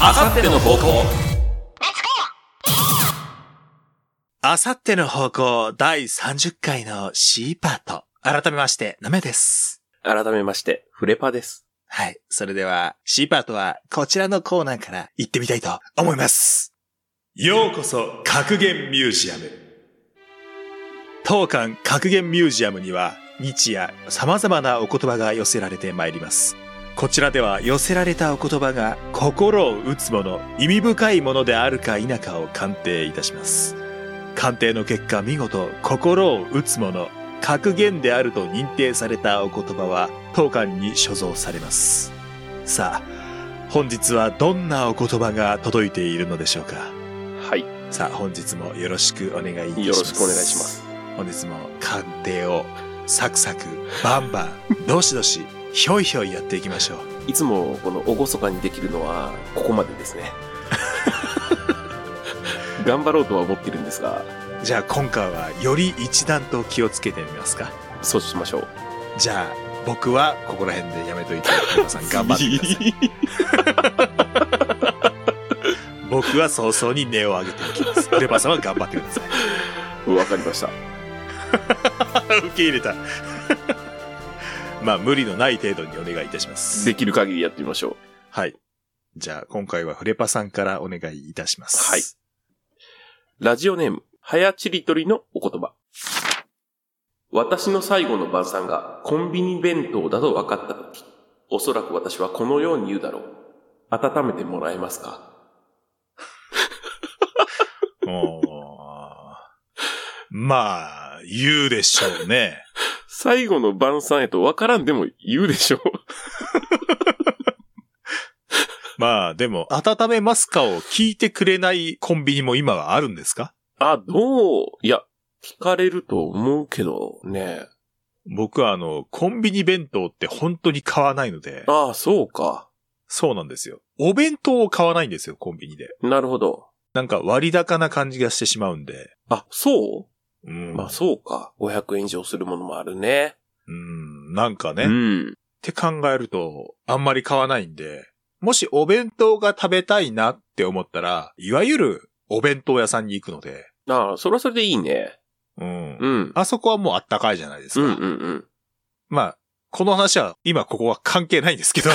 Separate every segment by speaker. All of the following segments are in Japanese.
Speaker 1: あさっての方向
Speaker 2: あさっての方向第30回の C パート。改めまして、なめです。
Speaker 1: 改めまして、フレパです。
Speaker 2: はい。それでは C パートはこちらのコーナーから行ってみたいと思います。ようこそ格言ミュージアム。当館格言ミュージアムには日夜様々なお言葉が寄せられてまいります。こちらでは寄せられたお言葉が心を打つもの、意味深いものであるか否かを鑑定いたします。鑑定の結果見事心を打つもの、格言であると認定されたお言葉は当館に所蔵されます。さあ、本日はどんなお言葉が届いているのでしょうか
Speaker 1: はい。よ
Speaker 2: さあ、本日もよろしくお願いいたします。
Speaker 1: ろしくお願いしま。す。
Speaker 2: 本日も鑑定をサクサク、バンバン、どしどし、ひょいひょいやっていきましょう。
Speaker 1: いつも、この、おごそかにできるのは、ここまでですね。 頑張ろうとは思ってるんですが、
Speaker 2: じゃあ今回はより一段と気をつけてみますか。
Speaker 1: そうしましょう。
Speaker 2: じゃあ、僕はここら辺でやめといて、皆 さん頑張ってください。
Speaker 1: い。
Speaker 2: 僕は早々に音を上げていき ます。レバーさんは頑張ってください。
Speaker 1: わかりました。
Speaker 2: 受け入れた。 まあ、無理のない程度にお願いいたします。
Speaker 1: できる限りやってみましょう。
Speaker 2: はい。じゃあ、今回はフレパさんからお願いいたします。
Speaker 1: はい。ラジオネーム、はやちりとりのお言葉。私の最後の晩餐がコンビニ弁当だと分かったとき、おそらく私はこのように言うだろう。温めてもらえますか
Speaker 2: おーまあ、言うでしょう ね。
Speaker 1: 最後の晩餐へと分からんでも言うでしょう。
Speaker 2: まあ、でも、温めますかを聞いてくれないコンビニも今はあるんですか
Speaker 1: あ、どういや、聞かれると思うけどね。
Speaker 2: 僕はあの、コンビニ弁当って本当に買わないので、
Speaker 1: ああ、そうか。
Speaker 2: そうなんですよ。お弁当を買わないんですよ、コンビニで。
Speaker 1: なるほど。
Speaker 2: なんか割高な感じがしてしまうんで。
Speaker 1: あ、そう
Speaker 2: うん。
Speaker 1: まあそうか。500円以上するものもあるね。
Speaker 2: うん、なんかね。
Speaker 1: う
Speaker 2: っ
Speaker 1: ん。
Speaker 2: て考えると、あんまり買わないんで、もしお弁当が食べたいなって思ったら、いわゆるお弁当屋さんに行くので、
Speaker 1: ああ、それはそれでいいね。
Speaker 2: うん。
Speaker 1: うん。
Speaker 2: あそこはもうあったかいじゃないです
Speaker 1: う
Speaker 2: か。
Speaker 1: んうんうん。
Speaker 2: まあ、この話は今ここは関係ないん ですけど。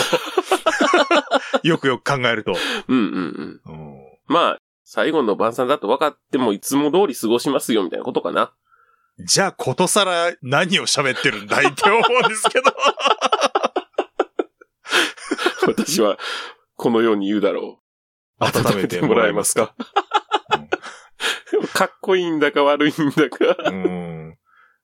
Speaker 2: よくよく考えると。
Speaker 1: うんうんうん。
Speaker 2: うん
Speaker 1: まあ、最後の晩餐だと分かってもいつも通り過ごしますよみたいなこと かな。
Speaker 2: じゃあ、ことさら何を喋ってるんだいって思うんですけど。
Speaker 1: 私は、このように言うだろ う。
Speaker 2: 温めてもらえますか
Speaker 1: 温めてもらえ ますかかっこいいんだか悪いんだか。
Speaker 2: うん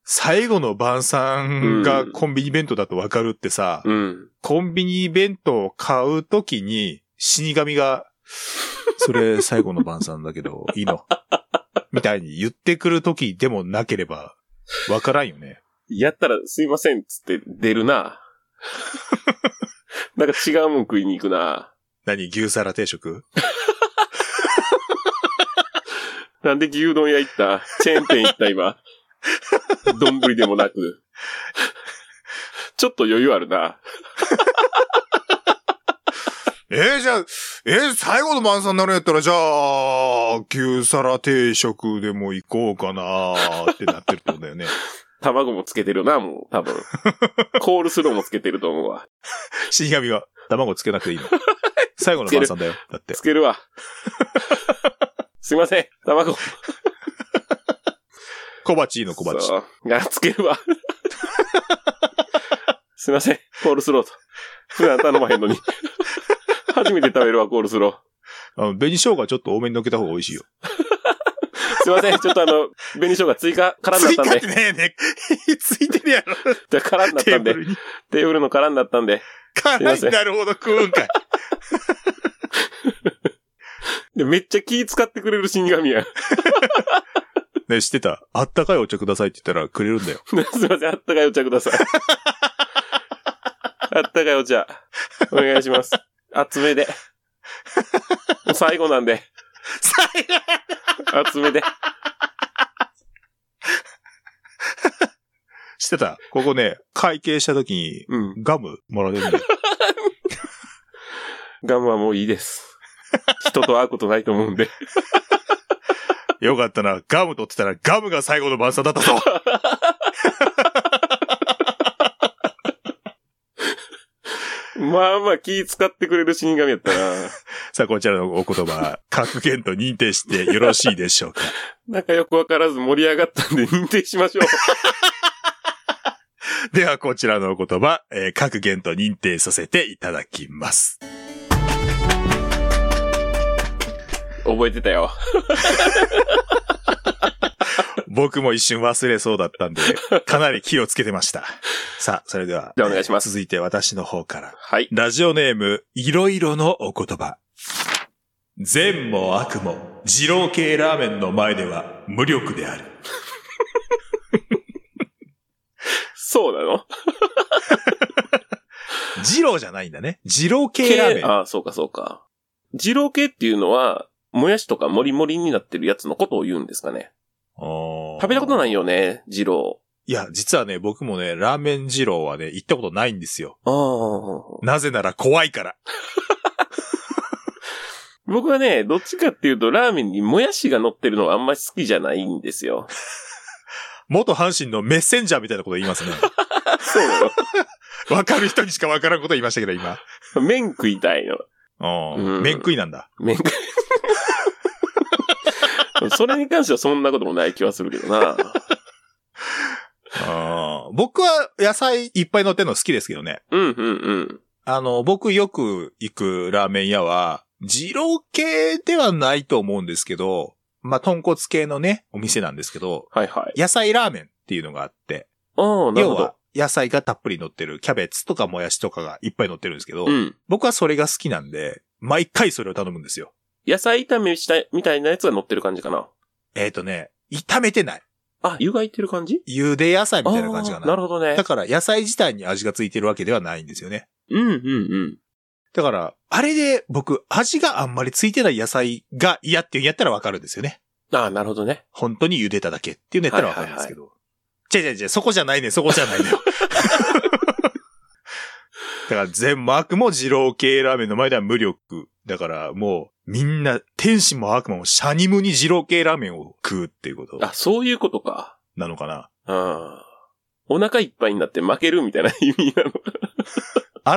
Speaker 2: 最後の晩餐がコンビニ弁当だとわかるってさ、
Speaker 1: うん。
Speaker 2: コンビニ弁当を買うときに死神が、それ最後の晩餐だけど いいのみたいに言ってくるときでもなければわからんよね。
Speaker 1: やったらすいませんっつって出るな。なんか違うもん食いに行くな。
Speaker 2: 何牛皿定食
Speaker 1: なんで牛丼屋行ったチェーン店行った今。丼でもなく。ちょっと余裕あるな。
Speaker 2: えーじゃあ、えー最後の晩餐になるんやったら、じゃあ、牛皿定食でも行こうかなーってなってるってことだよね。
Speaker 1: 卵もつけてるな、もう、多分。コールスローもつけてると思うわ。
Speaker 2: 死神が、卵つけなくていいの。 最後の晩餐だよ。だって
Speaker 1: つ。けるわ。すいません、卵。
Speaker 2: 小鉢いいの小鉢。
Speaker 1: そうが、つけるわ。すいません、コールスローと。普段頼まへんのに。初めて食べるわ、コールスロー。
Speaker 2: あの、紅生姜ちょっと多めに乗っけた方が美味しいよ。
Speaker 1: すいません、ちょっとあの、紅生姜追加、空になったんで。
Speaker 2: ねえね え。ついてるやろ。
Speaker 1: じゃあ 空になったんで。
Speaker 2: ルに。
Speaker 1: テーブルの空になったんで。
Speaker 2: 辛
Speaker 1: いに
Speaker 2: なるほど食うんかい。
Speaker 1: で、めっちゃ気使ってくれる死神や。
Speaker 2: ね、知ってた。あったかいお茶くださいって言ったらくれるんだよ。
Speaker 1: すいません、あったかいお茶ください。あったかいお茶。お願いします。厚めで。もう最後なんで、
Speaker 2: 最後
Speaker 1: 厚めで。
Speaker 2: 知ってた。ここね、会計した時に
Speaker 1: うん。
Speaker 2: ガムもらえるんだよ。
Speaker 1: ガムはもういいです。人と会うことないと思うんで。
Speaker 2: よかったな。ガム取ってたらガムが最後の晩餐だったぞ。
Speaker 1: まあまあ気使ってくれる死神やったな。
Speaker 2: さあ、こちらのお言 葉、格言と認定してよろしいでしょうか。
Speaker 1: 仲良くわからず盛り上がったんで認定しましょう。
Speaker 2: では、こちらのお言葉、えー格言と認定させていただきます。
Speaker 1: 覚えてたよ。
Speaker 2: 僕も一瞬忘れそうだった んで、かなり気をつけてました。さあ、それでは。
Speaker 1: じゃあお願いします
Speaker 2: 続いて私の方から。
Speaker 1: はい。
Speaker 2: ラジオネーム、いろいろのお言葉。善も悪も、二郎系ラーメンの前では無力である。
Speaker 1: そうなの
Speaker 2: 二郎じゃないんだね。二郎系ラーメン。
Speaker 1: ああ、そうかそうか。二郎系っていうのは、もやしとかもりもりになってるやつのことを言うんですかね。食
Speaker 2: 食
Speaker 1: べたこと
Speaker 2: い
Speaker 1: ないよね、二郎。
Speaker 2: いや、実はね、僕もね、ラーメン二郎はね、行ったことないんですよ。
Speaker 1: ああ。
Speaker 2: なぜなら怖いから。
Speaker 1: 僕はね、どっちかっていうと、ラーメンにもやしが乗ってるのはあんまり好きじゃないんです よ。
Speaker 2: 元阪神のメッセンジャーみたいなこと言い ますね。
Speaker 1: あそうな
Speaker 2: わかる人にしかわからんこと言いましたけど、今。
Speaker 1: の。 麺食いたいの。う
Speaker 2: うんん。麺食いなんだ。
Speaker 1: 面会。 それに関してはそんなこともない気はするけどな。
Speaker 2: うん僕は野菜いっぱい乗ってるの好きですけどね。
Speaker 1: うんうんうん。
Speaker 2: あの、僕よく行くラーメン屋は、二郎系ではないと思うんですけど、まあ、豚骨系のね、お店なんですけど、
Speaker 1: はいはい。
Speaker 2: 野菜ラーメンっていうのがあって、
Speaker 1: ああ、なる
Speaker 2: 要
Speaker 1: ほ
Speaker 2: は
Speaker 1: ど。
Speaker 2: 野菜がたっぷり乗ってる、キャベツとかもやしとかがいっぱい乗ってるんですけど、
Speaker 1: うん。
Speaker 2: 僕はそれが好きなんで、毎回それを頼むんですよ。
Speaker 1: 野菜炒めしたいみたいなやつが乗ってる感じかな。
Speaker 2: えっ、とね、炒めてない。
Speaker 1: あ、湯がいてる感じ
Speaker 2: 茹で野菜みたいな感じか
Speaker 1: あ
Speaker 2: な。
Speaker 1: ーなるほどね
Speaker 2: だ。から野菜自体に味がついてるわけではないんですよね。
Speaker 1: うんうんうん。
Speaker 2: だから、あれで僕、味があんまりついてない野菜が嫌っていうんやったらわかるんですよね。
Speaker 1: ああ、なるほどね。
Speaker 2: 本当に茹でただけっていうのやったらわかるんですけど。違う違う違う、そこじゃないね、そこじゃない ね。だから、全も悪も二郎系ラーメンの前では無力。だから、もう、みんな、天使も悪魔もシャニムに二郎系ラーメンを食うっていうこと
Speaker 1: あ、そういうことか。
Speaker 2: なのかな。
Speaker 1: うん。お腹いっぱいになって負けるみたいな意味なの。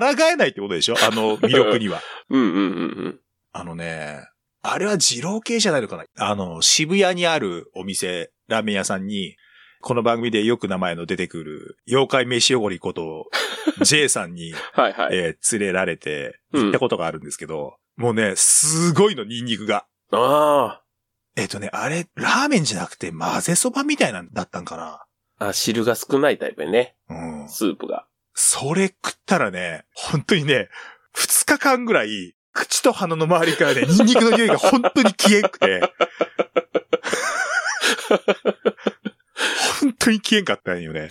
Speaker 2: 抗えないってことでしょあの魅力には。
Speaker 1: うんうんうんうん。
Speaker 2: あのね、あれは二郎系じゃないのかなあの、渋谷にあるお店、ラーメン屋さんに、この番組でよく名前の出てくる、妖怪飯おごりこと J さんに、
Speaker 1: はいはい。
Speaker 2: えー連れられて
Speaker 1: うん
Speaker 2: 行ったことがあるんですけど、もうね、すごいの、ニンニクが。
Speaker 1: あ
Speaker 2: えっ、とね、あれ、ラーメンじゃなくて混ぜそばみたいなんだったんか
Speaker 1: あ。あ、汁が少ないタイプやね。
Speaker 2: な。うん。
Speaker 1: スープが。
Speaker 2: それ食ったらね、本当にね、二日間ぐらい、口と鼻の周りからね、ニンニクの匂いが本当に消えんくて。本当に消えんかったんよね。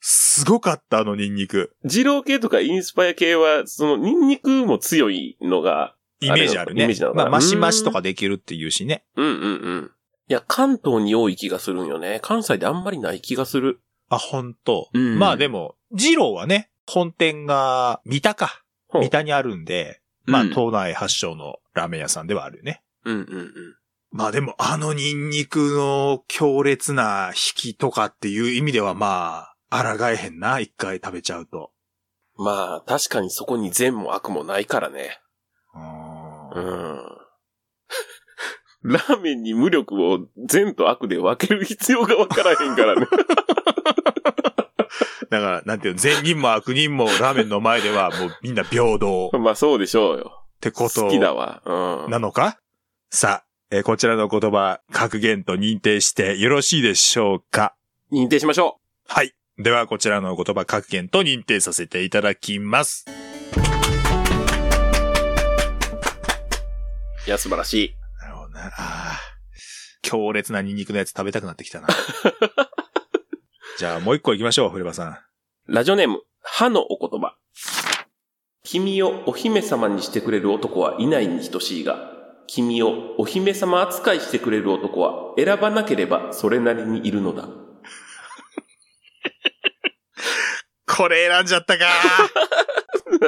Speaker 2: すごかった、あのニンニク。
Speaker 1: 二郎系とかインスパイア系は、その、ニンニクも強いのが、
Speaker 2: イメージあるね。
Speaker 1: イメージなのか
Speaker 2: ま
Speaker 1: な
Speaker 2: あ、マシマシとかできるっていうしね。
Speaker 1: うんうんうん。いや、関東に多い気がするんよね。関西であんまりない気がする。
Speaker 2: あ、本当、
Speaker 1: うん
Speaker 2: まあでも、二郎はね、本店が三田か。
Speaker 1: ほう
Speaker 2: 三田にあるんで、まあ、
Speaker 1: うん
Speaker 2: 東内発祥のラーメン屋さんではあるよね。
Speaker 1: うんうんうん。
Speaker 2: まあでも、あのニンニクの強烈な引きとかっていう意味ではまあ、抗えへんな、一回食べちゃうと。
Speaker 1: まあ、確かにそこに善も悪もないからね。
Speaker 2: う
Speaker 1: うんん。 ラーメンに無力を善と悪で分ける必要が分からへんから ね。
Speaker 2: だから、なんていうの、善人も悪人もラーメンの前ではもうみんな平等っ
Speaker 1: まあそうでしょうよ。
Speaker 2: てこ
Speaker 1: 好
Speaker 2: と
Speaker 1: きだわ。うん。
Speaker 2: なのかさあ、えーこちらの言葉、格言と認定してよろしいでしょうか
Speaker 1: 認定しましょ
Speaker 2: はい。では、こちらのお言葉各件と認定させていただきます。
Speaker 1: う。いや、素晴らしい。
Speaker 2: なるほどな。ああ。強烈なニンニクのやつ食べたくなってき たな。じゃあ、もう一個行きましょう、フレバさん。
Speaker 1: ラジオネーム、歯のお言葉。君をお姫様にしてくれる男はいないに等しいが、君をお姫様扱いしてくれる男は選ばなければそれなりにいるの だ。
Speaker 2: これ選んじゃったか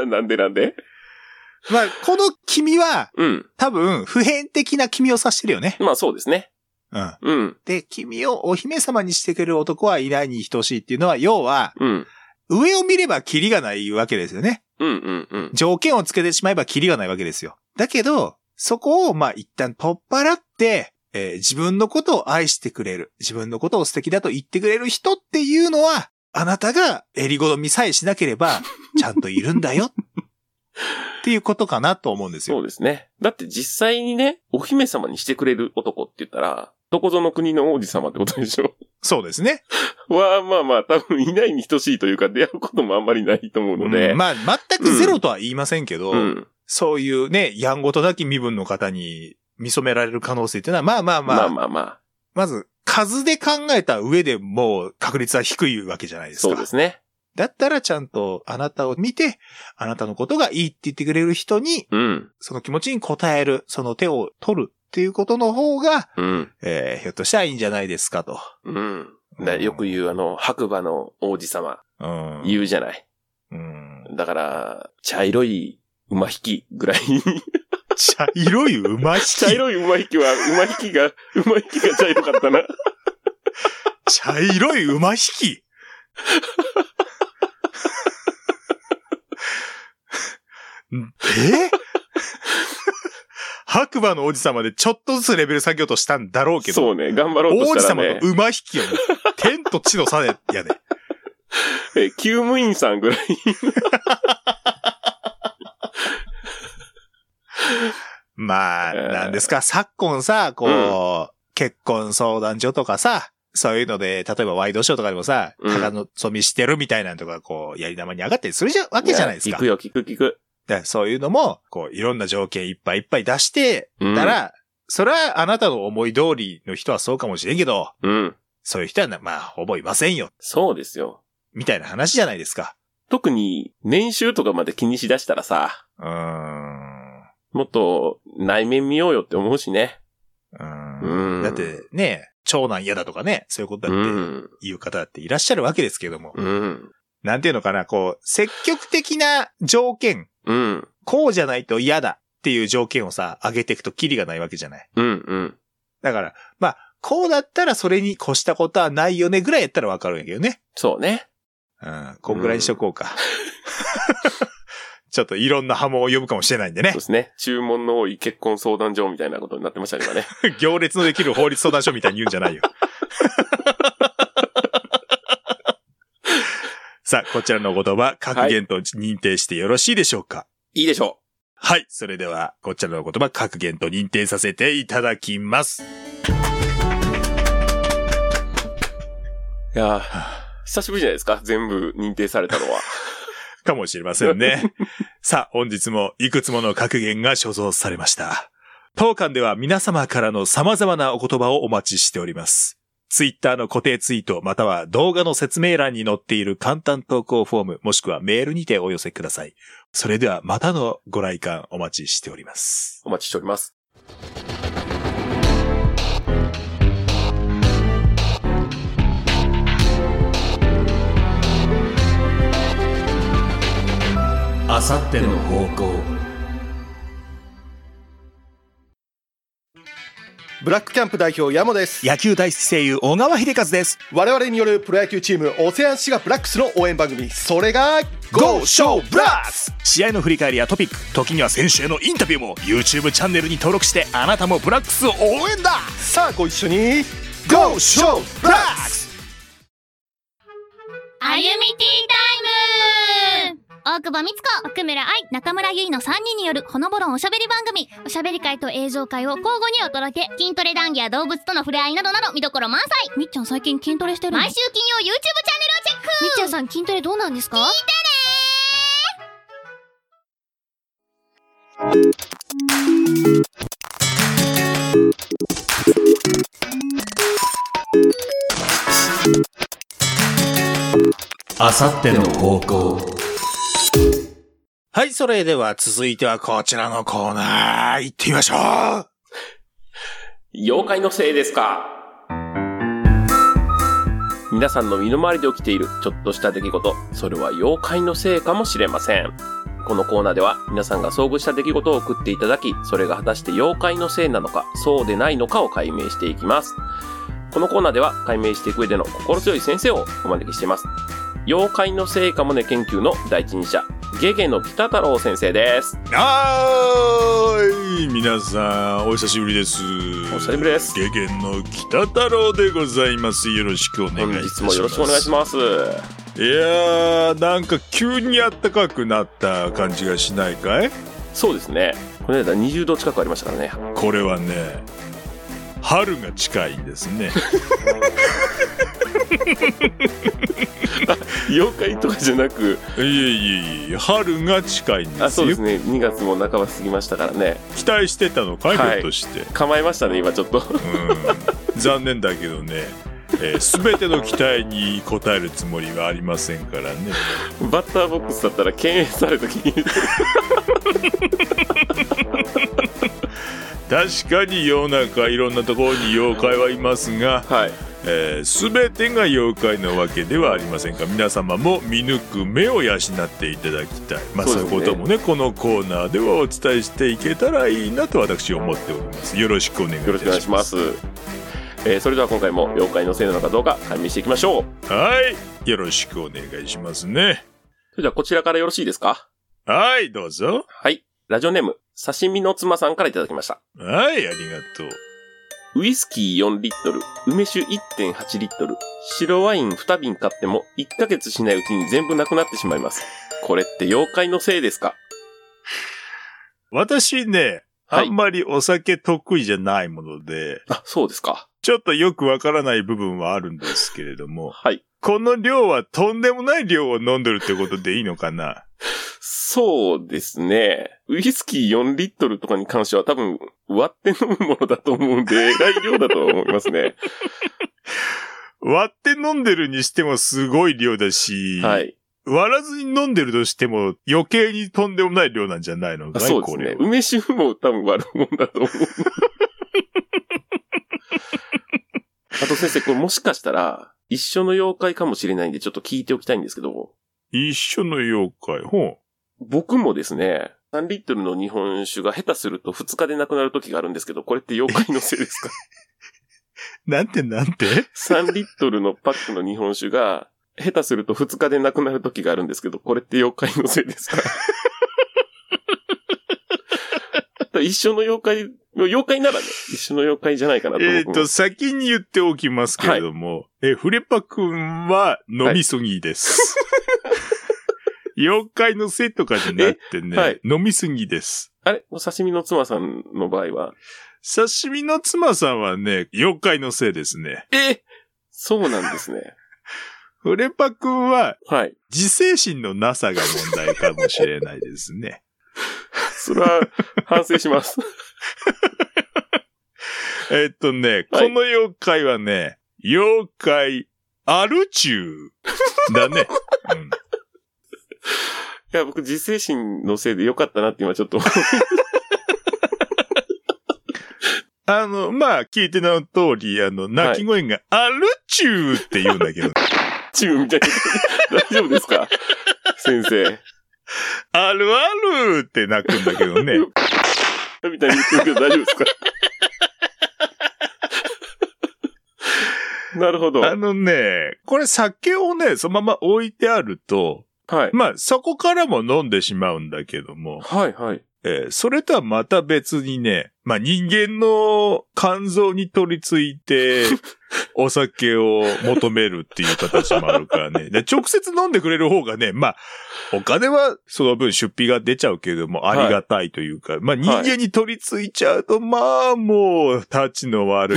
Speaker 1: なんでなんで
Speaker 2: まあ、この君は、
Speaker 1: うん。
Speaker 2: 多分、普遍的な君を指してるよね。
Speaker 1: まあそうですね。
Speaker 2: うん。
Speaker 1: うん。
Speaker 2: で、君をお姫様にしてくれる男はいないに等しいっていうのは、要は、
Speaker 1: うん。
Speaker 2: 上を見ればキリがないわけですよね。
Speaker 1: うんうんうん。
Speaker 2: 条件をつけてしまえばキリがないわけですよ。だけど、そこを、まあ、一旦取っ払って、えー自分のことを愛してくれる、自分のことを素敵だと言ってくれる人っていうのは、あなたが襟好みさえしなければ、ちゃんといるん だよ。っていうことかなと思うんです
Speaker 1: そ
Speaker 2: よ。
Speaker 1: うですね。だって実際にね、お姫様にしてくれる男って言ったら、どこぞの国の王子様ってことでしょ
Speaker 2: そうですね。
Speaker 1: は、まあまあ、多分いないに等しいというか、出会うこともあんまりないと思うので。
Speaker 2: うんまあ、全くゼロとは言いませんけど、
Speaker 1: うん。
Speaker 2: そういうね、やんごとなき身分の方に見染められる可能性っていうのは、まあまあまあ、
Speaker 1: まあまあまあ、
Speaker 2: まず、数で考えた上でもう確率は低いわけじゃないですか。
Speaker 1: そうですね。
Speaker 2: だったらちゃんとあなたを見て、あなたのことがいいって言ってくれる人に、
Speaker 1: うん。
Speaker 2: その気持ちに応える、その手を取るっていうことの方が、
Speaker 1: うん。
Speaker 2: えーひょっとしたらいいんじゃないですかと。
Speaker 1: うん。だからよく言う、あの、白馬の王子様、
Speaker 2: うん。
Speaker 1: 言うじゃない。
Speaker 2: うん。
Speaker 1: だから、茶色い馬引きぐ らいに。
Speaker 2: 茶色い馬 引き。
Speaker 1: 茶色い馬引きは、馬引きが、馬引きが茶色かったな。
Speaker 2: 茶色い馬引き。え白馬の王子様でちょっとずつレベル下げようとしたんだろうけど、
Speaker 1: そうね、頑張ろう
Speaker 2: 王
Speaker 1: と
Speaker 2: 子
Speaker 1: した
Speaker 2: 様
Speaker 1: らね
Speaker 2: の、馬引きを、ね、天と地の差で、やで。
Speaker 1: え厩務員さんぐらい。
Speaker 2: まあ、
Speaker 1: えー
Speaker 2: なんですか、昨今さ、こう、
Speaker 1: う
Speaker 2: 結婚相談所とかさ、そういうので、例えばワイドショーとかでもさ、
Speaker 1: うん
Speaker 2: 高の染みしてるみたいなのとか、こう、やり玉に上がったりするじゃ、わけじゃないです
Speaker 1: や
Speaker 2: か
Speaker 1: 聞く。よ、聞く聞く。
Speaker 2: でそういうのも、こう、いろんな条件いっぱいいっぱい出して
Speaker 1: うん
Speaker 2: たら、それはあなたの思い通りの人はそうかもしれんけど、
Speaker 1: うん。
Speaker 2: そういう人はな、まあ、ほぼいませんよ、
Speaker 1: そうですよ。
Speaker 2: みたいな話じゃないですか。
Speaker 1: 特に、年収とかまで気にしだしたらさ、
Speaker 2: うーん。
Speaker 1: もっと内面見ようよって思うしね。
Speaker 2: う
Speaker 1: う
Speaker 2: ー
Speaker 1: ん
Speaker 2: ん。だってね、長男嫌だとかね、そういうこと
Speaker 1: う
Speaker 2: だって
Speaker 1: ん。
Speaker 2: 言う方だっていらっしゃるわけですけれども、
Speaker 1: うん。
Speaker 2: なんていうのかな、こう、積極的な条件、
Speaker 1: うん。
Speaker 2: こうじゃないと嫌だっていう条件をさ、上げていくとキリがないわけじゃない。
Speaker 1: うん。うん。
Speaker 2: だから、まあ、こうだったらそれに越したことはないよねぐらいやったらわかるんやけどね。
Speaker 1: そうね。
Speaker 2: うん、こんぐらいにしとこうか。 ちょっといろんな波紋を呼ぶかもしれないんで
Speaker 1: そう
Speaker 2: ね
Speaker 1: で。すね。注文の多い結婚相談所みたいなことになってましたね、今ね。
Speaker 2: 行列のできる法律相談所みたいに言うんじゃないよ。さあ、こちらのお言葉、格言と認定してよろしいでしょうか、
Speaker 1: いいでしょ
Speaker 2: はい。それでは、こちらのお言葉、格言と認定させていただきます。
Speaker 1: う。いやー久しぶりじゃないですか、全部認定されたのは。
Speaker 2: かもしれませんね。さあ、本日もいくつもの格言が所蔵されました。当館では皆様からの様々なお言葉をお待ちしております。ツイッターの固定ツイートまたは動画の説明欄に載っている簡単投稿フォームもしくはメールにてお寄せください。それではまたのご来館お待ちしております。
Speaker 1: お待ちしております。
Speaker 2: あさっての方向
Speaker 3: ブラックキャンプ代表山本です
Speaker 2: 野球大好き声優小川秀和です。
Speaker 3: 我々によるプロ野球チームオセアンシガブラックスの応援番組それが
Speaker 2: Go Show Blast! 試合の振り返りやトピック、時には選手へのインタビューも YouTube チャンネルに登録してあなたもブラックスを応援だ
Speaker 3: さあご一緒に Go Show Blast!
Speaker 4: あゆみティータイム大久保美津子、奥村愛、中村ゆいの3人によるほのぼろんおしゃべり番組おしゃべり会と映像会を交互にお届け筋トレ談義や動物との触れ合いなどなど見どころ満載
Speaker 5: みっちゃん最近筋トレしてるの
Speaker 4: 毎週金曜 YouTube チャンネルをチェック
Speaker 5: みっちゃんさん筋トレどうなんですか
Speaker 2: あさっての方向はい、それでは続いてはこちらのコーナー、行ってみましょう
Speaker 1: 妖怪のせいですか皆さんの身の回りで起きているちょっとした出来事、それは妖怪のせいかもしれません。このコーナーでは皆さんが遭遇した出来事を送っていただき、それが果たして妖怪のせいなのか、そうでないのかを解明していきます。このコーナーでは解明していく上での心強い先生をお招きしています。妖怪のせいかもね研究の第一人者、ゲゲの北太郎先生です。
Speaker 6: はーい皆さんお久しぶりですお
Speaker 1: 久しぶりです
Speaker 6: ゲゲの北太郎でございますよろしくお願
Speaker 1: 本
Speaker 6: いいたします
Speaker 1: 日もよろしくお願いします。
Speaker 6: すいやーなんか急にあったかくなった感じがしないかい
Speaker 1: そうですね。この間20度近くありましたからね。
Speaker 6: これはね春が近いんです ね
Speaker 1: 妖怪とかじゃなく、
Speaker 6: いえいえいえ春が近いんですよ
Speaker 1: あ、そうですね。2月も半ば過ぎましたからね。
Speaker 6: 期待してたのかい、
Speaker 1: はい
Speaker 6: ひょっとして
Speaker 1: 構えましたね、今ちょっ と。
Speaker 6: うん残念だけどね、えー、全ての期待に応えるつもりはありませんからね
Speaker 1: バッターボックスだったら敬遠された気 に。
Speaker 6: 確かに世の中いろんなところに妖怪はいますが、
Speaker 1: はい。
Speaker 6: えー、全てが妖怪なわけではありませんが皆様も見抜く目を養っていただきたい、まあ、
Speaker 1: そ
Speaker 6: そうう
Speaker 1: ですね
Speaker 6: いうこともねこのコーナーではお伝えしていけたらいいなと私思っておりますよろしくお願いい
Speaker 1: よろしくお願
Speaker 6: た
Speaker 1: い
Speaker 6: し
Speaker 1: し
Speaker 6: ま
Speaker 1: ますす。えーそれでは今回も妖怪のせいなのかどうか解明していきましょう。
Speaker 6: はいよろしくお願いしますね
Speaker 1: それではこちらからよろしいですか
Speaker 6: はいどうぞ
Speaker 1: はい。ラジオネーム、刺身の妻さんからいただきました。
Speaker 6: はいありがとう
Speaker 1: ウイスキー4リットル、梅酒1.8リットル、白ワイン2瓶買っても1ヶ月しないうちに全部なくなってしまいます。これって妖怪のせいですか
Speaker 6: 私ね、
Speaker 1: は
Speaker 6: あ
Speaker 1: い
Speaker 6: んまりお酒得意じゃないもので、
Speaker 1: あ、そうですか。
Speaker 6: ちょっとよくわからない部分はあるんですけれども、
Speaker 1: はい。
Speaker 6: この量はとんでもない量を飲んでるってことでいいのかな
Speaker 1: そうですね。ウイスキー4リットルとかに関しては多分割って飲むものだと思うんで、え らい量だとは思いますね。
Speaker 6: 割って飲んでるにしてもすごい量だし、
Speaker 1: はい。
Speaker 6: 割らずに飲んでるとしても余計にとんでもない量なんじゃないの
Speaker 1: あ
Speaker 6: かい
Speaker 1: そうですね。
Speaker 6: これは
Speaker 1: 梅酒も多分割るもんだと思う。 あと先生、これもしかしたら、一緒の妖怪かもしれないんで、ちょっと聞いておきたいんですけど、
Speaker 6: 一緒の妖怪。ほ
Speaker 1: 僕もですね、3リットルの日本酒が下手すると2日でなくなる時があるんですけど、これって妖怪のせいですか
Speaker 6: う。なんてなんて
Speaker 1: ?3 リットルのパックの日本酒が、下手すると2日でなくなる時があるんですけど、これって妖怪のせいですか 一緒の妖怪、妖怪ならね、一緒の妖怪じゃないかなと思う。
Speaker 6: えっと、先に言っておきますけれども、え、フレパ君は飲みすぎ です。妖怪のせいとかじゃなくてね、
Speaker 1: えはい
Speaker 6: 飲みすぎです。
Speaker 1: あれお刺身の妻さんの場合は。
Speaker 6: 刺身の妻さんはね、妖怪のせいですね。
Speaker 1: えそうなんですね。
Speaker 6: フレパ君は
Speaker 1: はい。
Speaker 6: 自制心のなさが問題かもしれないです ね。
Speaker 1: それ は、反省します。
Speaker 6: えっとね、この妖怪はね、妖怪アルチューだ ね。うん
Speaker 1: いや、僕、自制心のせいでよかったなって今ちょっと。
Speaker 6: あの、まあ、聞いての通り、あの、鳴き声が、アルチューって言うんだけど、
Speaker 1: チームみたいな。大丈夫ですか先生。
Speaker 6: あるあるって鳴くんだけどね。
Speaker 1: みたいに言ってるけど大丈夫ですかなるほど。
Speaker 6: あ
Speaker 1: は
Speaker 6: のね、これ酒をね、そのまま置いてあると、
Speaker 1: い。
Speaker 6: まあ、そこからも飲んでしまうんだけども、
Speaker 1: はい、はい。
Speaker 6: えーそれとはまた別にね、まあ、人間の肝臓に取り付 いて、お酒を求めるっていう形もあるからね。で直接飲んでくれる方がね、まあ、お金はその分出費が出ちゃうけれども、あ
Speaker 1: はい
Speaker 6: りがたいというか、まあ、人間に取り付いちゃうと、まあ、もう、たちの 悪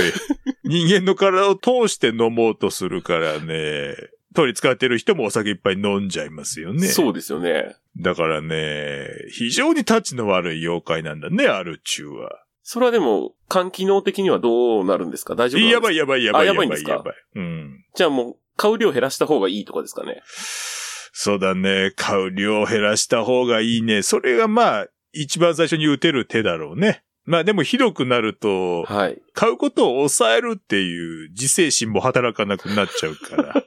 Speaker 6: い。人間の体を通して飲もうとするからね、取り付かってる人もお酒いっぱい飲んじゃいますよね。
Speaker 1: そうですよね。
Speaker 6: だからね、非常に立ちの悪い妖怪なんだね、アルチューは。
Speaker 1: それはでも、肝機能的にはどうなるんですか大丈夫なんですか
Speaker 6: やばいやばいやばい
Speaker 1: あや
Speaker 6: や
Speaker 1: ば
Speaker 6: ば
Speaker 1: い
Speaker 6: い
Speaker 1: ん
Speaker 6: やば
Speaker 1: です
Speaker 6: い
Speaker 1: か
Speaker 6: うん。
Speaker 1: じゃあもう、買う量減らした方がいいとかですかね
Speaker 6: そうだね、買う量を減らした方がいいね。それがまあ、一番最初に打てる手だろうね。まあでもひどくなると、
Speaker 1: はい。
Speaker 6: 買うことを抑えるっていう自制心も働かなくなっちゃ うから。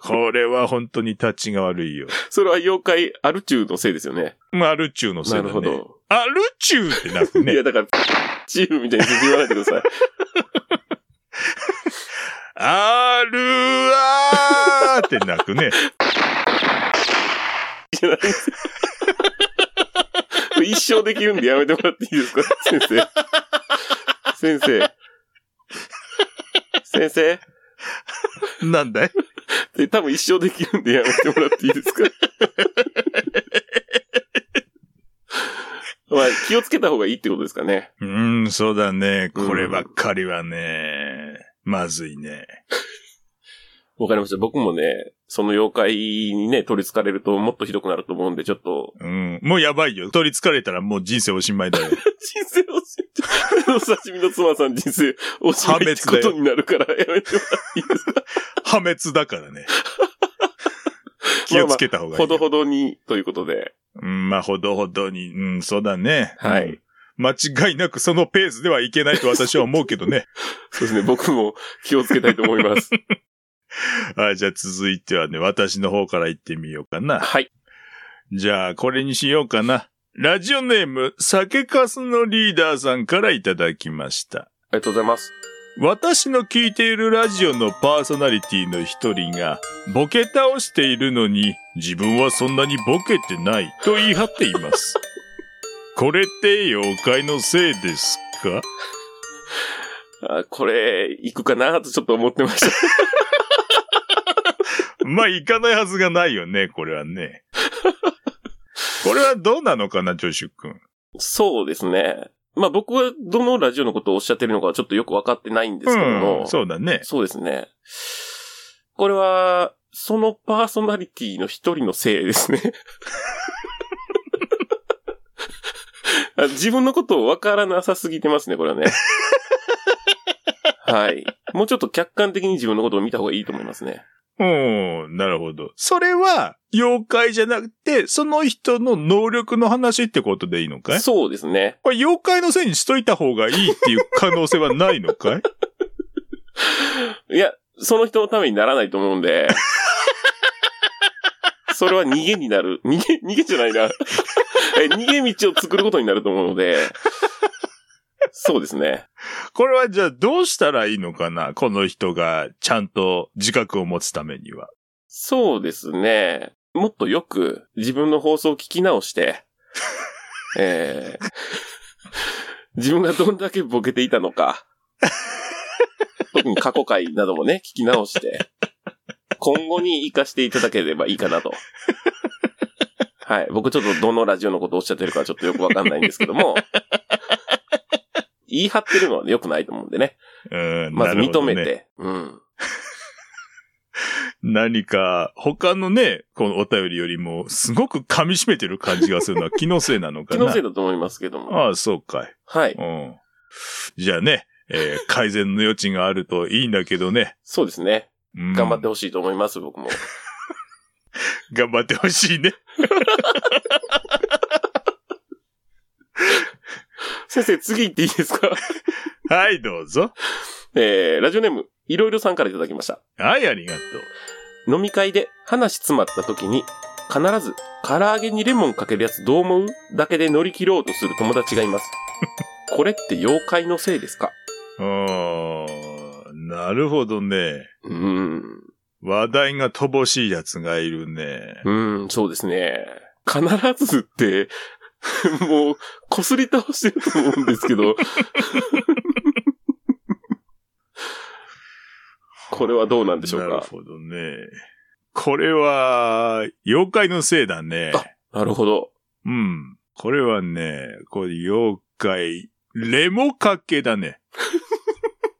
Speaker 6: これは本当に立ちが悪いよ。
Speaker 1: それは妖怪アルチューのせいですよね。
Speaker 6: まあ、アルチューのせい
Speaker 1: な
Speaker 6: だ
Speaker 1: るほ
Speaker 6: ね。
Speaker 1: ど。
Speaker 6: アルチューってなる
Speaker 1: いや、
Speaker 6: ね。
Speaker 1: だから、チームみたいに全然言わないでください。
Speaker 6: アルアーってなくね。
Speaker 1: じゃないです。これ一生できるんでやめてもらっていいですか先生。先生。先 生
Speaker 6: なんだい
Speaker 1: で多分一生できるんでやめてもらっていいですか まあ、気をつけた方がいいってことですかね。
Speaker 6: うーん、そうだね。こればっかりはね。まずいね。
Speaker 1: わかりました。僕もね、その妖怪にね、取り憑かれるともっとひどくなると思うんで、ちょっと、
Speaker 6: うん。もうやばいよ。取り憑かれたらもう人生おしまいだよ。
Speaker 1: 人生をしまい。お刺身の妻さん人生をしまいってことになるから、やめてもらっていいですか
Speaker 6: 破滅だからね。気をつけた方がいい
Speaker 1: ほ
Speaker 6: よ。
Speaker 1: どほどに、ということで。
Speaker 6: うん、まあ、ほどほどに、うん、そうだね。
Speaker 1: はい
Speaker 6: うん。間違いなくそのペースではいけないと私は思うけどね。
Speaker 1: そうですね、僕も気をつけたいと思い ます。
Speaker 6: はい、じゃあ続いてはね、私の方から行ってみようかな。
Speaker 1: はい。
Speaker 6: じゃあ、これにしようかな。ラジオネーム、酒かすのリーダーさんからいただきました。
Speaker 1: ありがとうございます。
Speaker 6: 私の聞いているラジオのパーソナリティの一人が、ボケ倒しているのに、自分はそんなにボケてないと言い張ってい ます。これって妖怪のせいですか
Speaker 1: あこれ、行くかなとちょっと思ってました。
Speaker 6: まあ、いかないはずがないよね、これ はね。これはどうなのかな、ジョシュ君。
Speaker 1: そうですね。まあ僕はどのラジオのことをおっしゃってるのかはちょっとよくわかってないんですけども。
Speaker 6: うん、そうだね。
Speaker 1: そうですね。これは、そのパーソナリティの一人のせいです ね。あ自分のことをわからなさすぎてますね、こ れはね。はい。もうちょっと客観的に自分のことを見た方がいいと思いますね。
Speaker 6: うん、なるほど。それは、妖怪じゃなくて、その人の能力の話ってことでいいのかい
Speaker 1: そうですね。
Speaker 6: これ妖怪のせいにしといた方がいいっていう可能性はないのかい
Speaker 1: いや、その人のためにならないと思うんで。それは逃げになる。逃げ、逃げじゃないな。え逃げ道を作ることになると思うので。そうですね。
Speaker 6: これはじゃあどうしたらいいのかなこの人がちゃんと自覚を持つためには。
Speaker 1: そうですね。もっとよく自分の放送を聞き直 して、えー自分がどんだけボケていたの か、特に過去回などもね、聞き直して、今後に活かしていただければいいかなと。はい。僕ちょっとどのラジオのことをおっしゃってるかちょっとよくわかんないんですけども、言い張ってるのは良くないと思うんでね。
Speaker 6: うん、
Speaker 1: まず
Speaker 6: なるほど
Speaker 1: 認め
Speaker 6: ね
Speaker 1: て、うん。
Speaker 6: 何か他のね、このお便りよりもすごく噛み締めてる感じがするの は気のせいなのか
Speaker 1: 気
Speaker 6: な
Speaker 1: のせいだと思いますけども。
Speaker 6: ああ、そうかい。
Speaker 1: はい。
Speaker 6: うん。じゃあね、えー改善の余地があるといいんだけどね。
Speaker 1: そうですね。
Speaker 6: うん
Speaker 1: 頑張ってほしいと思います、僕も。
Speaker 6: 頑張ってほしいね。
Speaker 1: 先生、次行っていいですか
Speaker 6: はい、どうぞ。
Speaker 1: えー、ラジオネーム、いろいろさんからいただきました。
Speaker 6: はい、ありがと
Speaker 1: 飲み会で話詰まった時に、必ず、唐揚げにレモンかけるやつどう思うだけで乗り切ろうとする友達がい ます。これって妖怪のせいですか
Speaker 6: う。うん、なるほどね。
Speaker 1: うーん。
Speaker 6: 話題が乏しいやつがいるね。
Speaker 1: うーん、そうですね。必ずって、 もう、こすり倒してると思うんですけ ど。これはどうなんでしょう
Speaker 6: なる
Speaker 1: か
Speaker 6: ほどね。これは、妖怪のせいだね。
Speaker 1: あなるほど。
Speaker 6: うん。これはね、これ妖怪、レモかけ だね。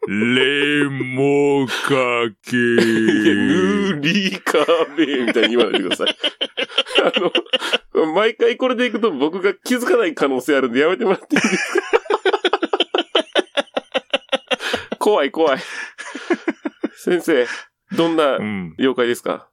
Speaker 6: レモか
Speaker 1: い
Speaker 6: け。
Speaker 1: や、塗り壁みたいに言わないでください。あの、毎回これでいくと僕が気づかない可能性あるんでやめてもらっていいですか怖い怖い。先生、どんな
Speaker 6: うん。
Speaker 1: 妖怪ですか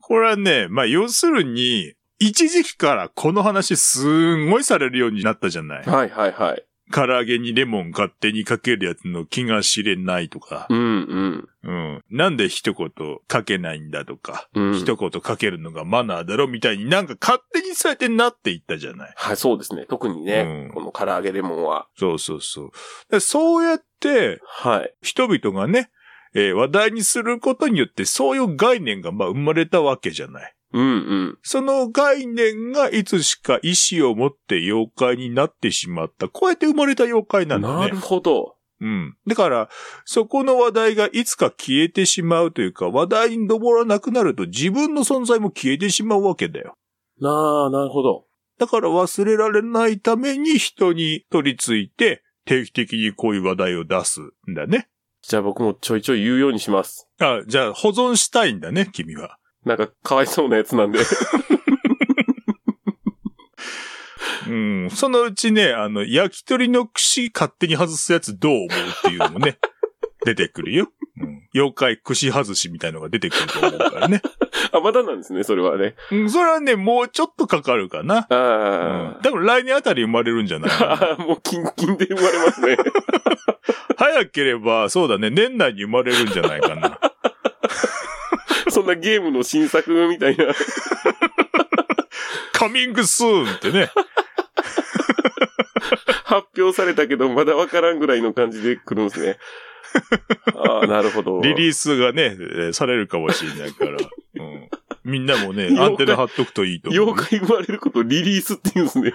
Speaker 6: これはね、まあ要するに、一時期からこの話すんごいされるようになったじゃない。
Speaker 1: はいはいはい。
Speaker 2: 唐揚げにレモン勝手にかけるやつの気が知れないとか、
Speaker 1: うん、
Speaker 2: うん。なんで一言かけないんだとか、
Speaker 1: うん。
Speaker 2: 一言かけるのがマナーだろみたいになんか勝手にそうやってなっていったじゃない。
Speaker 1: はい、そうですね。特にね、
Speaker 2: うん
Speaker 1: この唐揚げレモンは。
Speaker 2: そうそうそう。でそうやって
Speaker 1: はい。
Speaker 2: 人々がね、えー話題にすることによってそういう概念がまあ生まれたわけじゃない。
Speaker 1: うん、うん。
Speaker 2: その概念がいつしか意志を持って妖怪になってしまった。こうやって生まれた妖怪なんだね。
Speaker 1: なるほど。
Speaker 2: うん。だから、そこの話題がいつか消えてしまうというか、話題に上らなくなると自分の存在も消えてしまうわけだよ。
Speaker 1: なあ、なるほど。
Speaker 2: だから忘れられないために人に取り付いて、定期的にこういう話題を出すんだね。
Speaker 1: じゃあ僕もちょいちょい言うようにします。
Speaker 2: あ、じゃあ保存したいんだね、君は。
Speaker 1: なんか、かわいそうなやつなんで。
Speaker 2: うん。そのうちね、あの、焼き鳥の串勝手に外すやつどう思うっていうのも ね、出てくるよ。うん。妖怪串外しみたいのが出てくると思うからね。
Speaker 1: あ、まだなんですね、それはね。
Speaker 2: うん、それはね、もうちょっとかかるかな。
Speaker 1: あ
Speaker 2: だから来年あたり生まれるんじゃないかな
Speaker 1: あ、もうキンキンで生ま れますね。
Speaker 2: 早ければ、そうだね、年内に生まれるんじゃないかな。
Speaker 1: そんなゲームの新作みたいな。
Speaker 2: カミングスーンってね。
Speaker 1: 発表されたけど、まだわからんぐらいの感じで来るんですね。ああ、なるほど。
Speaker 2: リリ
Speaker 1: ー
Speaker 2: ースがね、えーされるかもしれないから。うん、みんなもね、アンテナ張っとくといいと思う。
Speaker 1: 妖怪生まれることリリースって言うんですね。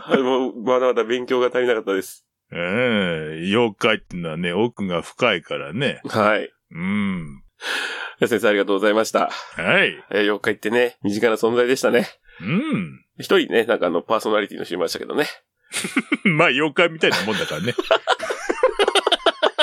Speaker 1: はい、もう、まだまだ勉強が足りなかったです。
Speaker 2: うん妖怪ってのはね、奥が深いからね。
Speaker 1: はい。
Speaker 2: うん。
Speaker 1: 先生ありがとうございました。
Speaker 2: はい。
Speaker 1: えー妖怪ってね、身近な存在でしたね。
Speaker 2: うん。
Speaker 1: 一人ね、なんかあの、パーソナリティの人いましたけどね。
Speaker 2: まあ、妖怪みたいなもんだからね。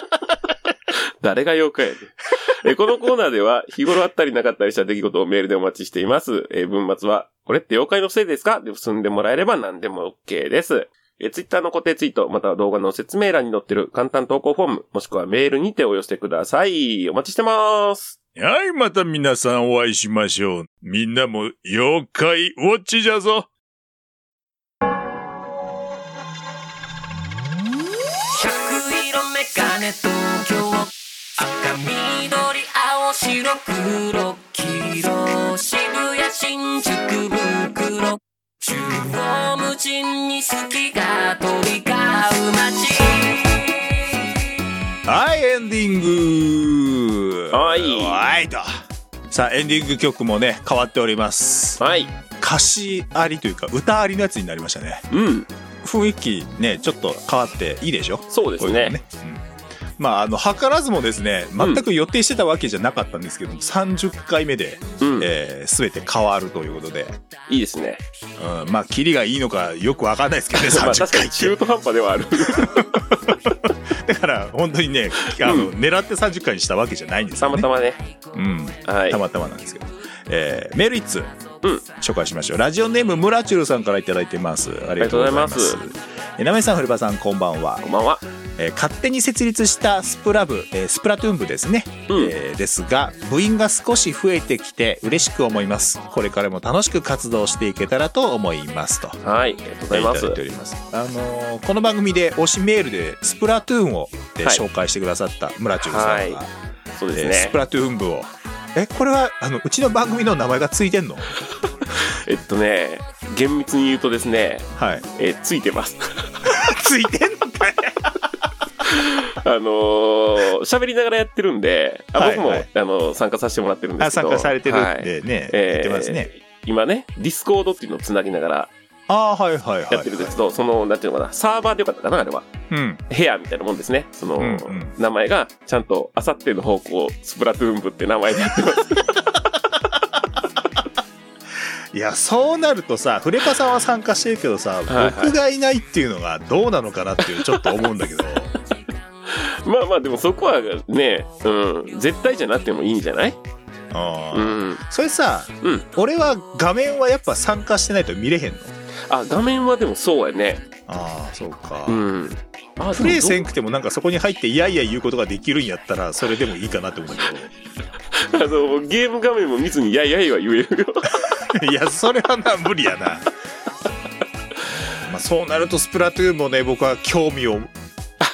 Speaker 1: 誰が妖怪やねんえこのコーナーでは、日頃あったりなかったりした出来事をメールでお待ちしています。えー文末は、これって妖怪のせいですかで進んでもらえれば何でも OK です。えー、Twitter の固定ツイート、または動画の説明欄に載ってる簡単投稿フォーム、もしくはメールにてお寄せください。お待ちしてます。
Speaker 2: はい、また皆さんお会いしましょう。みんなも妖怪ウォッチじゃぞ。
Speaker 7: 百色メガネ東京赤緑青白黒黄色渋谷新宿袋中央無尽に好きが飛び交う街
Speaker 2: はい、エンディング
Speaker 1: はい
Speaker 2: はいと。さあ、エンディング曲もね、変わっております。
Speaker 1: はい。
Speaker 2: 歌詞ありというか、歌ありのやつになりましたね。
Speaker 1: うん。
Speaker 2: 雰囲気ね、ちょっと変わっていいでしょ
Speaker 1: そうですね。
Speaker 2: こういうのねうんまあ、あの、図らずもですね、全く予定してたわけじゃなかったんですけども、30回目で、
Speaker 1: うん。
Speaker 2: えー、全て変わるということで、
Speaker 1: いいですね。
Speaker 2: うん、まあ、キリがいいのかよくわかんないですけどね、
Speaker 1: まあ確
Speaker 2: 30
Speaker 1: か
Speaker 2: 回
Speaker 1: に
Speaker 2: って
Speaker 1: 中。途半端では ある。
Speaker 2: だから、本当にね、あの、
Speaker 1: うん
Speaker 2: 狙って30回にしたわけじゃないんです
Speaker 1: た
Speaker 2: よ、
Speaker 1: ま
Speaker 2: ね。
Speaker 1: たまね。
Speaker 2: うん。
Speaker 1: はい
Speaker 2: た。またまなんですけど、えーメール一通、
Speaker 1: うん
Speaker 2: 紹介しましょうラジオネームムラチュルさんからいただいてますありがとうございます
Speaker 1: ありがとう
Speaker 2: えなめさん古場さんこんばんは
Speaker 1: こん、ばんは。
Speaker 2: えー勝手に設立したスプラブ、えースプラトゥーン部ですね、
Speaker 1: うん
Speaker 2: えーですが部員が少し増えてきて嬉しく思いますこれからも楽しく活動していけたらと思いますと
Speaker 1: はい。ありがとうございます
Speaker 2: ただい。ておりますあのーこの番組で推しメールでスプラトゥーンを、えー
Speaker 1: はい
Speaker 2: 紹介してくださった村中さんが、
Speaker 1: はいそうで
Speaker 2: え
Speaker 1: す
Speaker 2: ース
Speaker 1: ね
Speaker 2: プ。ラトゥーン部をえこれはあのうちの番組の名前がついてんの
Speaker 1: えっとね、厳密に言うとですね、
Speaker 2: はい
Speaker 1: えーついてます。
Speaker 2: ついてんのかい
Speaker 1: あのー喋りながらやってるんで、あ
Speaker 2: はい
Speaker 1: 僕も、
Speaker 2: はい
Speaker 1: あのー参加させてもらってるんで
Speaker 2: あ
Speaker 1: すけ
Speaker 2: 参
Speaker 1: ど。
Speaker 2: 加されてる
Speaker 1: は
Speaker 2: ん
Speaker 1: い
Speaker 2: でね、言
Speaker 1: え
Speaker 2: って
Speaker 1: ー
Speaker 2: ますね
Speaker 1: 今ね、ディスコードっていうのをつなぎながら
Speaker 2: ああはいはいはい
Speaker 1: やってるんですけど、その、なんていうのかな、サーバーでよかったかな、あれは。
Speaker 2: うん
Speaker 1: 部屋みたいなもんですね。その、
Speaker 2: うんうん
Speaker 1: 名前が、ちゃんと、あさっての方向、スプラトゥーン部って名前でやって ます。
Speaker 2: いやそうなるとさフレパさんは参加してるけどさ、
Speaker 1: はい
Speaker 2: 僕がいないっていうのがどうなのかなっていうちょっと思うんだ けど
Speaker 1: まあまあ、でもそこはね、うん、絶対じゃなくてもいいんじゃない
Speaker 2: あー
Speaker 1: うん。
Speaker 2: それさ、
Speaker 1: うん
Speaker 2: 俺は画面はやっぱ参加してないと見れへんの
Speaker 1: あ、画面はでもそうやね。
Speaker 2: ああそうか、
Speaker 1: うん。あ、
Speaker 2: プレイせ
Speaker 1: ン
Speaker 2: んくてもなんかそこに入っていやいや言うことができるんやったらそれでもいいかなって思うんだけど
Speaker 1: あの、ゲーム画面も見ずに、や いやいは言えるよ。
Speaker 2: いや、それはな、無理やな。まあ、そうなるとスプラトゥーンもね、僕は興味を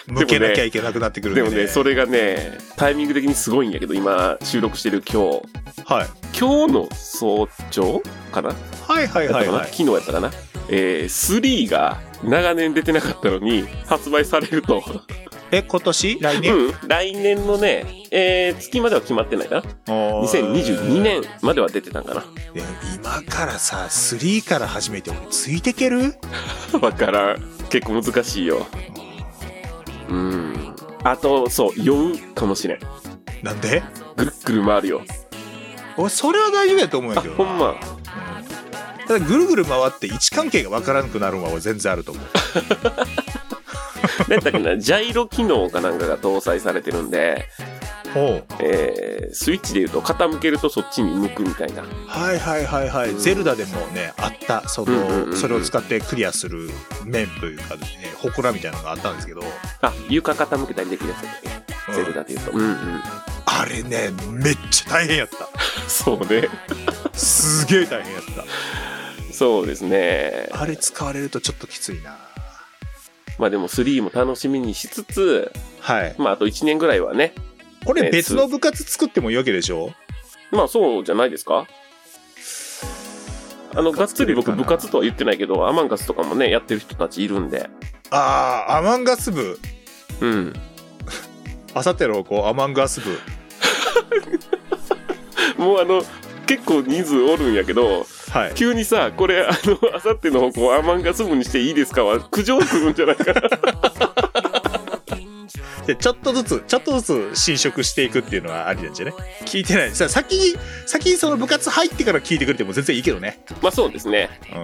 Speaker 2: 向けなきゃいけなくなってくるん
Speaker 1: で
Speaker 2: で、
Speaker 1: も
Speaker 2: ね。
Speaker 1: ね、それがね、タイミング的にすごいんやけど、今、収録してる今日、
Speaker 2: はい。
Speaker 1: 今日の早朝かな
Speaker 2: はいはい
Speaker 1: だっ
Speaker 2: は
Speaker 1: た
Speaker 2: い
Speaker 1: かな、
Speaker 2: はい。
Speaker 1: 昨日やったかなえー、3が長年出てなかったのに、発売されると。
Speaker 2: え、今年来年、
Speaker 1: うん。来年のね、えー、月までは決まってないかな。
Speaker 2: おー
Speaker 1: 2022年までは出てたん かな。
Speaker 2: いや今からさ、3から始めて俺ついてける
Speaker 1: わからん。結構難しいよ。うん。あと、そう、酔うかもしれん。
Speaker 2: なんで
Speaker 1: ぐるっぐる回るよ。
Speaker 2: 俺、それは大丈夫やと思うん
Speaker 1: あ、
Speaker 2: やけ
Speaker 1: ほ
Speaker 2: ど
Speaker 1: ん
Speaker 2: な。
Speaker 1: ま。
Speaker 2: ただ、ぐるぐる回って位置関係がわからなくなるのは俺全然あると思う。
Speaker 1: なんだっけな、ジャイロ機能かなんかが搭載されてるんで、
Speaker 2: おう
Speaker 1: えー、スイッチで言うと傾けるとそっちに向くみたいな。
Speaker 2: はいはいはいはい、
Speaker 1: うん
Speaker 2: ゼルダでもねあったその、
Speaker 1: うんうんうんうん
Speaker 2: それを使ってクリアする面というかですね祠みたいなのがあったんですけど、
Speaker 1: あ、床傾けたりできるやつだっけ
Speaker 2: うん
Speaker 1: ゼルダで言うと。うんうん。
Speaker 2: あれねめっちゃ大変やった
Speaker 1: そうね。
Speaker 2: すげえ大変やっ
Speaker 1: そうですね。
Speaker 2: たあれ使われるとちょっときついな
Speaker 1: まあでも3も楽しみにしつつ、
Speaker 2: はい
Speaker 1: まああと1年ぐらいはね、
Speaker 2: こ
Speaker 1: え
Speaker 2: れ
Speaker 1: ー
Speaker 2: 別の部活作ってもいいわけでしょ
Speaker 1: まあそうじゃないですかあの、がっつり僕
Speaker 2: 部活というかな
Speaker 1: 部活とは言ってないけど、アマンガスとかもね、やってる人たちいるんで。
Speaker 2: あーアマンガス部
Speaker 1: うん。
Speaker 2: あさっての方向アマンガス部
Speaker 1: もうあの、結構人数おるんやけど、
Speaker 2: はい
Speaker 1: 急にさ、これ、あの、あさっての方向、アマンガス部にしていいですかは、苦情来るんじゃない かな。
Speaker 2: でちょっとずつちょっとずつ侵食していくっていうのはありなんじゃね聞いてないさ先に先にその部活入ってから聞いてくれても全然いいけどね
Speaker 1: まあそうですね。
Speaker 2: う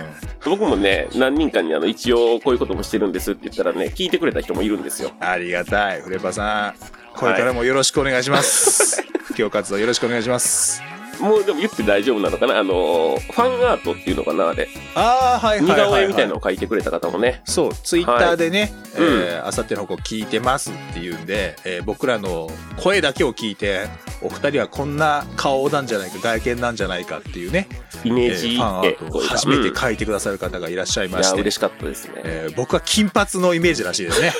Speaker 2: ん
Speaker 1: 僕もね、何人かにあの、一応こういうこともしてるんですって言ったらね、聞いてくれた人もいるんですよ。
Speaker 2: ありがたい、フレパさん。これからもよろしくお願いします。今日活動よろしくお願いします。
Speaker 1: もうでも言って大丈夫なのかなあの、ファンアートっていうのかなあれ。
Speaker 2: ああ、はい
Speaker 1: 似顔絵みたい
Speaker 2: の。
Speaker 1: なのを描いてくれた方もね。
Speaker 2: そう、ツイッターでね、えーあさっての方聞いてますっていうんで、えー僕らの声だけを聞いて、お二人はこんな顔なんじゃないか、外見なんじゃないかっていうね、
Speaker 1: イ
Speaker 2: え
Speaker 1: メージ
Speaker 2: ーファンア
Speaker 1: 絵
Speaker 2: ート
Speaker 1: と
Speaker 2: を
Speaker 1: いうか
Speaker 2: 初めて書いてくださる方がいらっしゃい
Speaker 1: うん
Speaker 2: ま
Speaker 1: い
Speaker 2: し
Speaker 1: や、
Speaker 2: て、
Speaker 1: 嬉しかったですね。
Speaker 2: えー僕は金髪のイメージらしいですね。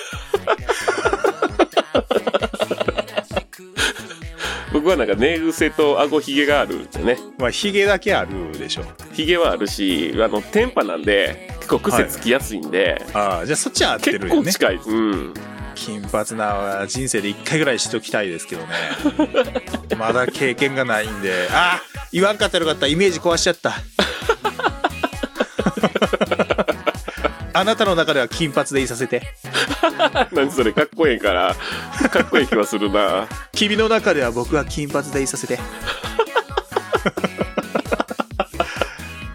Speaker 1: 僕はなんか寝癖と顎ひげがあるんでね。
Speaker 2: まあ、ヒゲだけあるでしょ。
Speaker 1: ひげはあるし、あの、テンパなんで、結構癖つきやすいんで、
Speaker 2: ああ、じゃあそっちは合って
Speaker 1: 結
Speaker 2: るよ
Speaker 1: 構
Speaker 2: ね。
Speaker 1: 近い。うん。
Speaker 2: 金髪なは人生で一回ぐらいしときたいですけどね まだ経験がないんであ言わんかったらよかったイメージ壊しちゃった あなたの中では金髪でいさせて
Speaker 1: 何それ、かっこええから、かっこええ気はするな。
Speaker 2: 君の中では僕は金髪でいさせて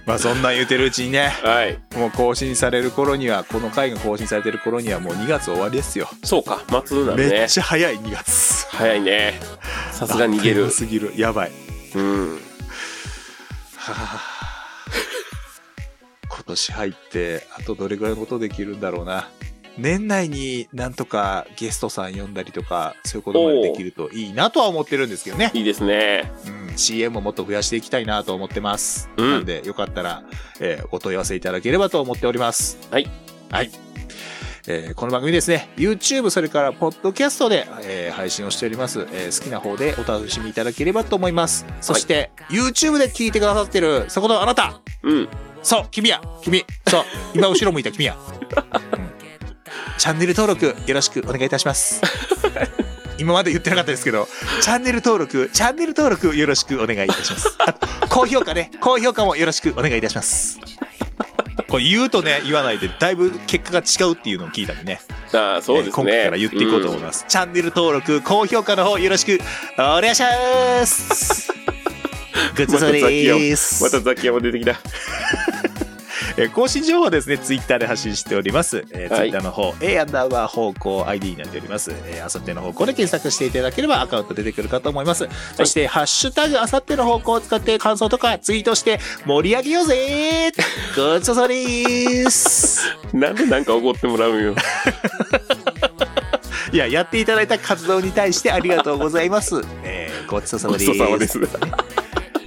Speaker 2: まあそんなん言うてるうちにね
Speaker 1: はい。
Speaker 2: もう更新される頃にはこの回が更新されてる頃にはもう2月終わりですよ
Speaker 1: そうか、松なんで
Speaker 2: め
Speaker 1: ね
Speaker 2: っ。ちゃ早い2月
Speaker 1: 早いね。さすが逃
Speaker 2: あっと
Speaker 1: げ
Speaker 2: いう間
Speaker 1: る。
Speaker 2: すぎるやばい
Speaker 1: うん。
Speaker 2: 今年入ってあとどれぐらいのことできるんだろうな年内になんとかゲストさん呼んだりとかそういうことまでできるといいなとは思ってるんですけどね、
Speaker 1: いいですね。
Speaker 2: うん、CM をもっと増やしていきたいなと思ってます、
Speaker 1: うん
Speaker 2: なんでよかったら、えーお問い合わせいただければと思っております
Speaker 1: はい
Speaker 2: はいえーこの番組ですね YouTube それからポッドキャストで、えー配信をしております、えー好きな方でお楽しみいただければと思いますそして、YouTube で聞いてくださってるそこのあなた
Speaker 1: うん。
Speaker 2: そう、君や、君。そう、今後ろ向いた君や。うんチャンネル登録よろしくお願いいたします。今まで言ってなかったですけど、チャンネル登録、チャンネル登録よろしくお願いいたします。あと高評価ね、高評価もよろしくお願いいたします。これ言うとね、言わないで、だいぶ結果が違うっていうのを聞いたんでね、
Speaker 1: ああ、そう
Speaker 2: えー
Speaker 1: ですね。
Speaker 2: 今回から言っていこうと思います。チャンネル登録、高評価の方よろしくお願いし ます。ごちそうさまです。
Speaker 1: またザキヤマ出てきた。
Speaker 2: えー更新情報はですね、ツイッターで発信しております。えー
Speaker 1: は
Speaker 2: ツイ
Speaker 1: い
Speaker 2: ッターの方、A アンダーバー方向 ID になっております。えー、あさっての方向で検索していただければアカウント出てくるかと思います。そして、ハッシュタグあさっての方向を使って感想とかツイートして盛り上げようぜごちそうさまです
Speaker 1: なんでなんか怒ってもらうんよ。
Speaker 2: いや、やっていた だいた活動に対してありがとうございます。えーごちそうさま
Speaker 1: ご
Speaker 2: で
Speaker 1: ち
Speaker 2: す
Speaker 1: そうさまです。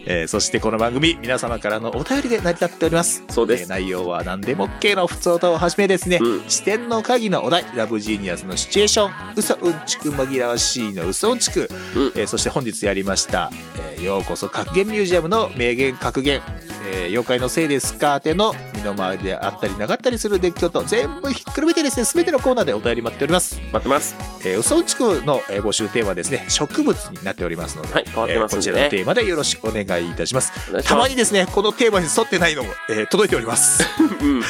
Speaker 2: えーそしてこの番組、皆様からのお便りで成り立っております。
Speaker 1: そうで
Speaker 2: えー
Speaker 1: す。
Speaker 2: 内容は何でも OK の普通歌をはじめですね、
Speaker 1: うん
Speaker 2: 視点の鍵のお題、ラブジーニアスのシチュエーション、嘘うんちく紛らわしいの嘘うんちく、
Speaker 1: うん
Speaker 2: えーそして本日やりました、えーようこそ格言ミュージアムの名言格言、えー妖怪のせいですかての身の回りであったりなかったりする出来事、全部ひっくるめてですね、すべてのコーナーでお便り待っております。
Speaker 1: 待ってます。
Speaker 2: えー、嘘うんちくの、えー募集テーマはですね、植物になっておりますので、
Speaker 1: はい、変わって
Speaker 2: えー
Speaker 1: ます
Speaker 2: こ
Speaker 1: ん
Speaker 2: ち
Speaker 1: で
Speaker 2: らの
Speaker 1: ね。
Speaker 2: テーマでよろしくお願いいたします。
Speaker 1: お願いした
Speaker 2: ま
Speaker 1: ます
Speaker 2: にですね、このテーマに沿ってないのも、えー届いております。
Speaker 1: うん。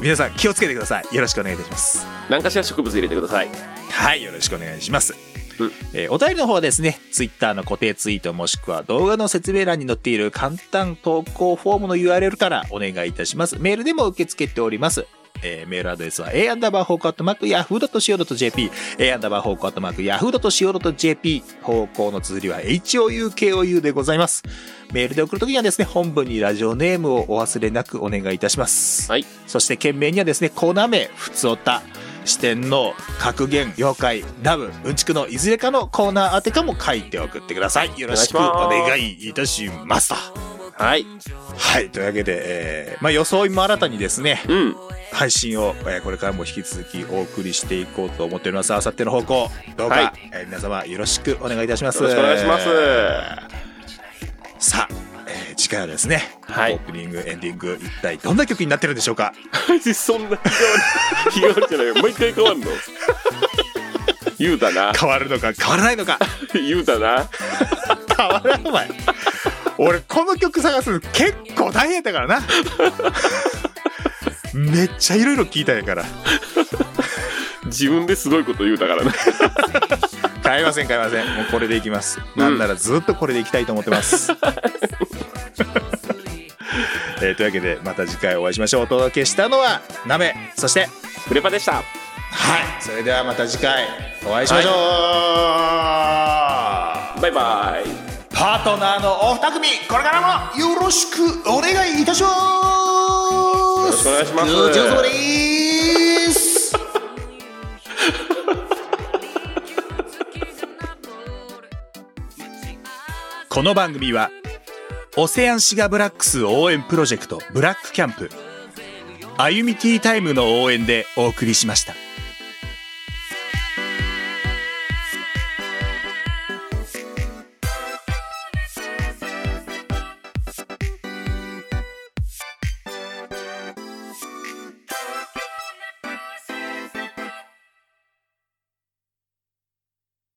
Speaker 2: 皆さん気をつけてください。よろしくお願いいたします。
Speaker 1: 何かしら植物入れてください。
Speaker 2: はい、よろしくお願いします。
Speaker 1: うん
Speaker 2: えーお便りの方はですね、ツイッターの固定ツイートもしくは動画の説明欄に載っている簡単投稿フォームの URL からお願いいたします。メールでも受け付けております。えーメールアドレスは a アンダーバーホークアットマークヤフー .co.jp a アンダーバーホークアットマークヤフー .co.jp 方向の綴りは houkou でございます。メールで送るときにはですね、本文にラジオネームをお忘れなくお願いいたします。
Speaker 1: はい。
Speaker 2: そして件名にはですね、コーナー名、ふつおた、四天王、格言、妖怪、ラブ、うんちくのいずれかのコーナー宛てかも書いて送ってください。よろしくお願いいたしますと。
Speaker 1: はい。
Speaker 2: はい、というわけで、えーまあ、装いも新たにですね、
Speaker 1: うん。
Speaker 2: 配信を、えーこれからも引き続きお送りしていこうと思っております。あさっての方向、どうか、
Speaker 1: はい
Speaker 2: えー皆様よろしくお願いいたします。。
Speaker 1: よろしくお願いします
Speaker 2: さあ、えー次回はですね、
Speaker 1: はい
Speaker 2: オープニング、エンディング、一体どんな曲になってるんでしょうか
Speaker 1: そんな日替わり、日替わりじゃないよ。毎回変わんの言うたな。
Speaker 2: 変わるのか変わらないのか
Speaker 1: 言うたな。
Speaker 2: 変わらんお前俺この曲探すの結構大変だからなめっちゃいろいろ聞いたんやから
Speaker 1: 自分ですごいこと言うたからな。
Speaker 2: 変えません変えませんもうこれでいきます、なんならずっとこれでいきたいと思ってます えーというわけでまた次回お会いしましょうお届けしたのはなめそして
Speaker 1: フレパでした。
Speaker 2: はいそれではまた次回お会いしましょう、
Speaker 1: バイバイ。
Speaker 2: パートナーのお二組これからもよろしくお願いいたします
Speaker 1: よろしくお願いします
Speaker 2: ごちそうさまですこの番組はオセアンシガブラックス応援プロジェクトブラックキャンプ歩みティータイムの応援でお送りしました。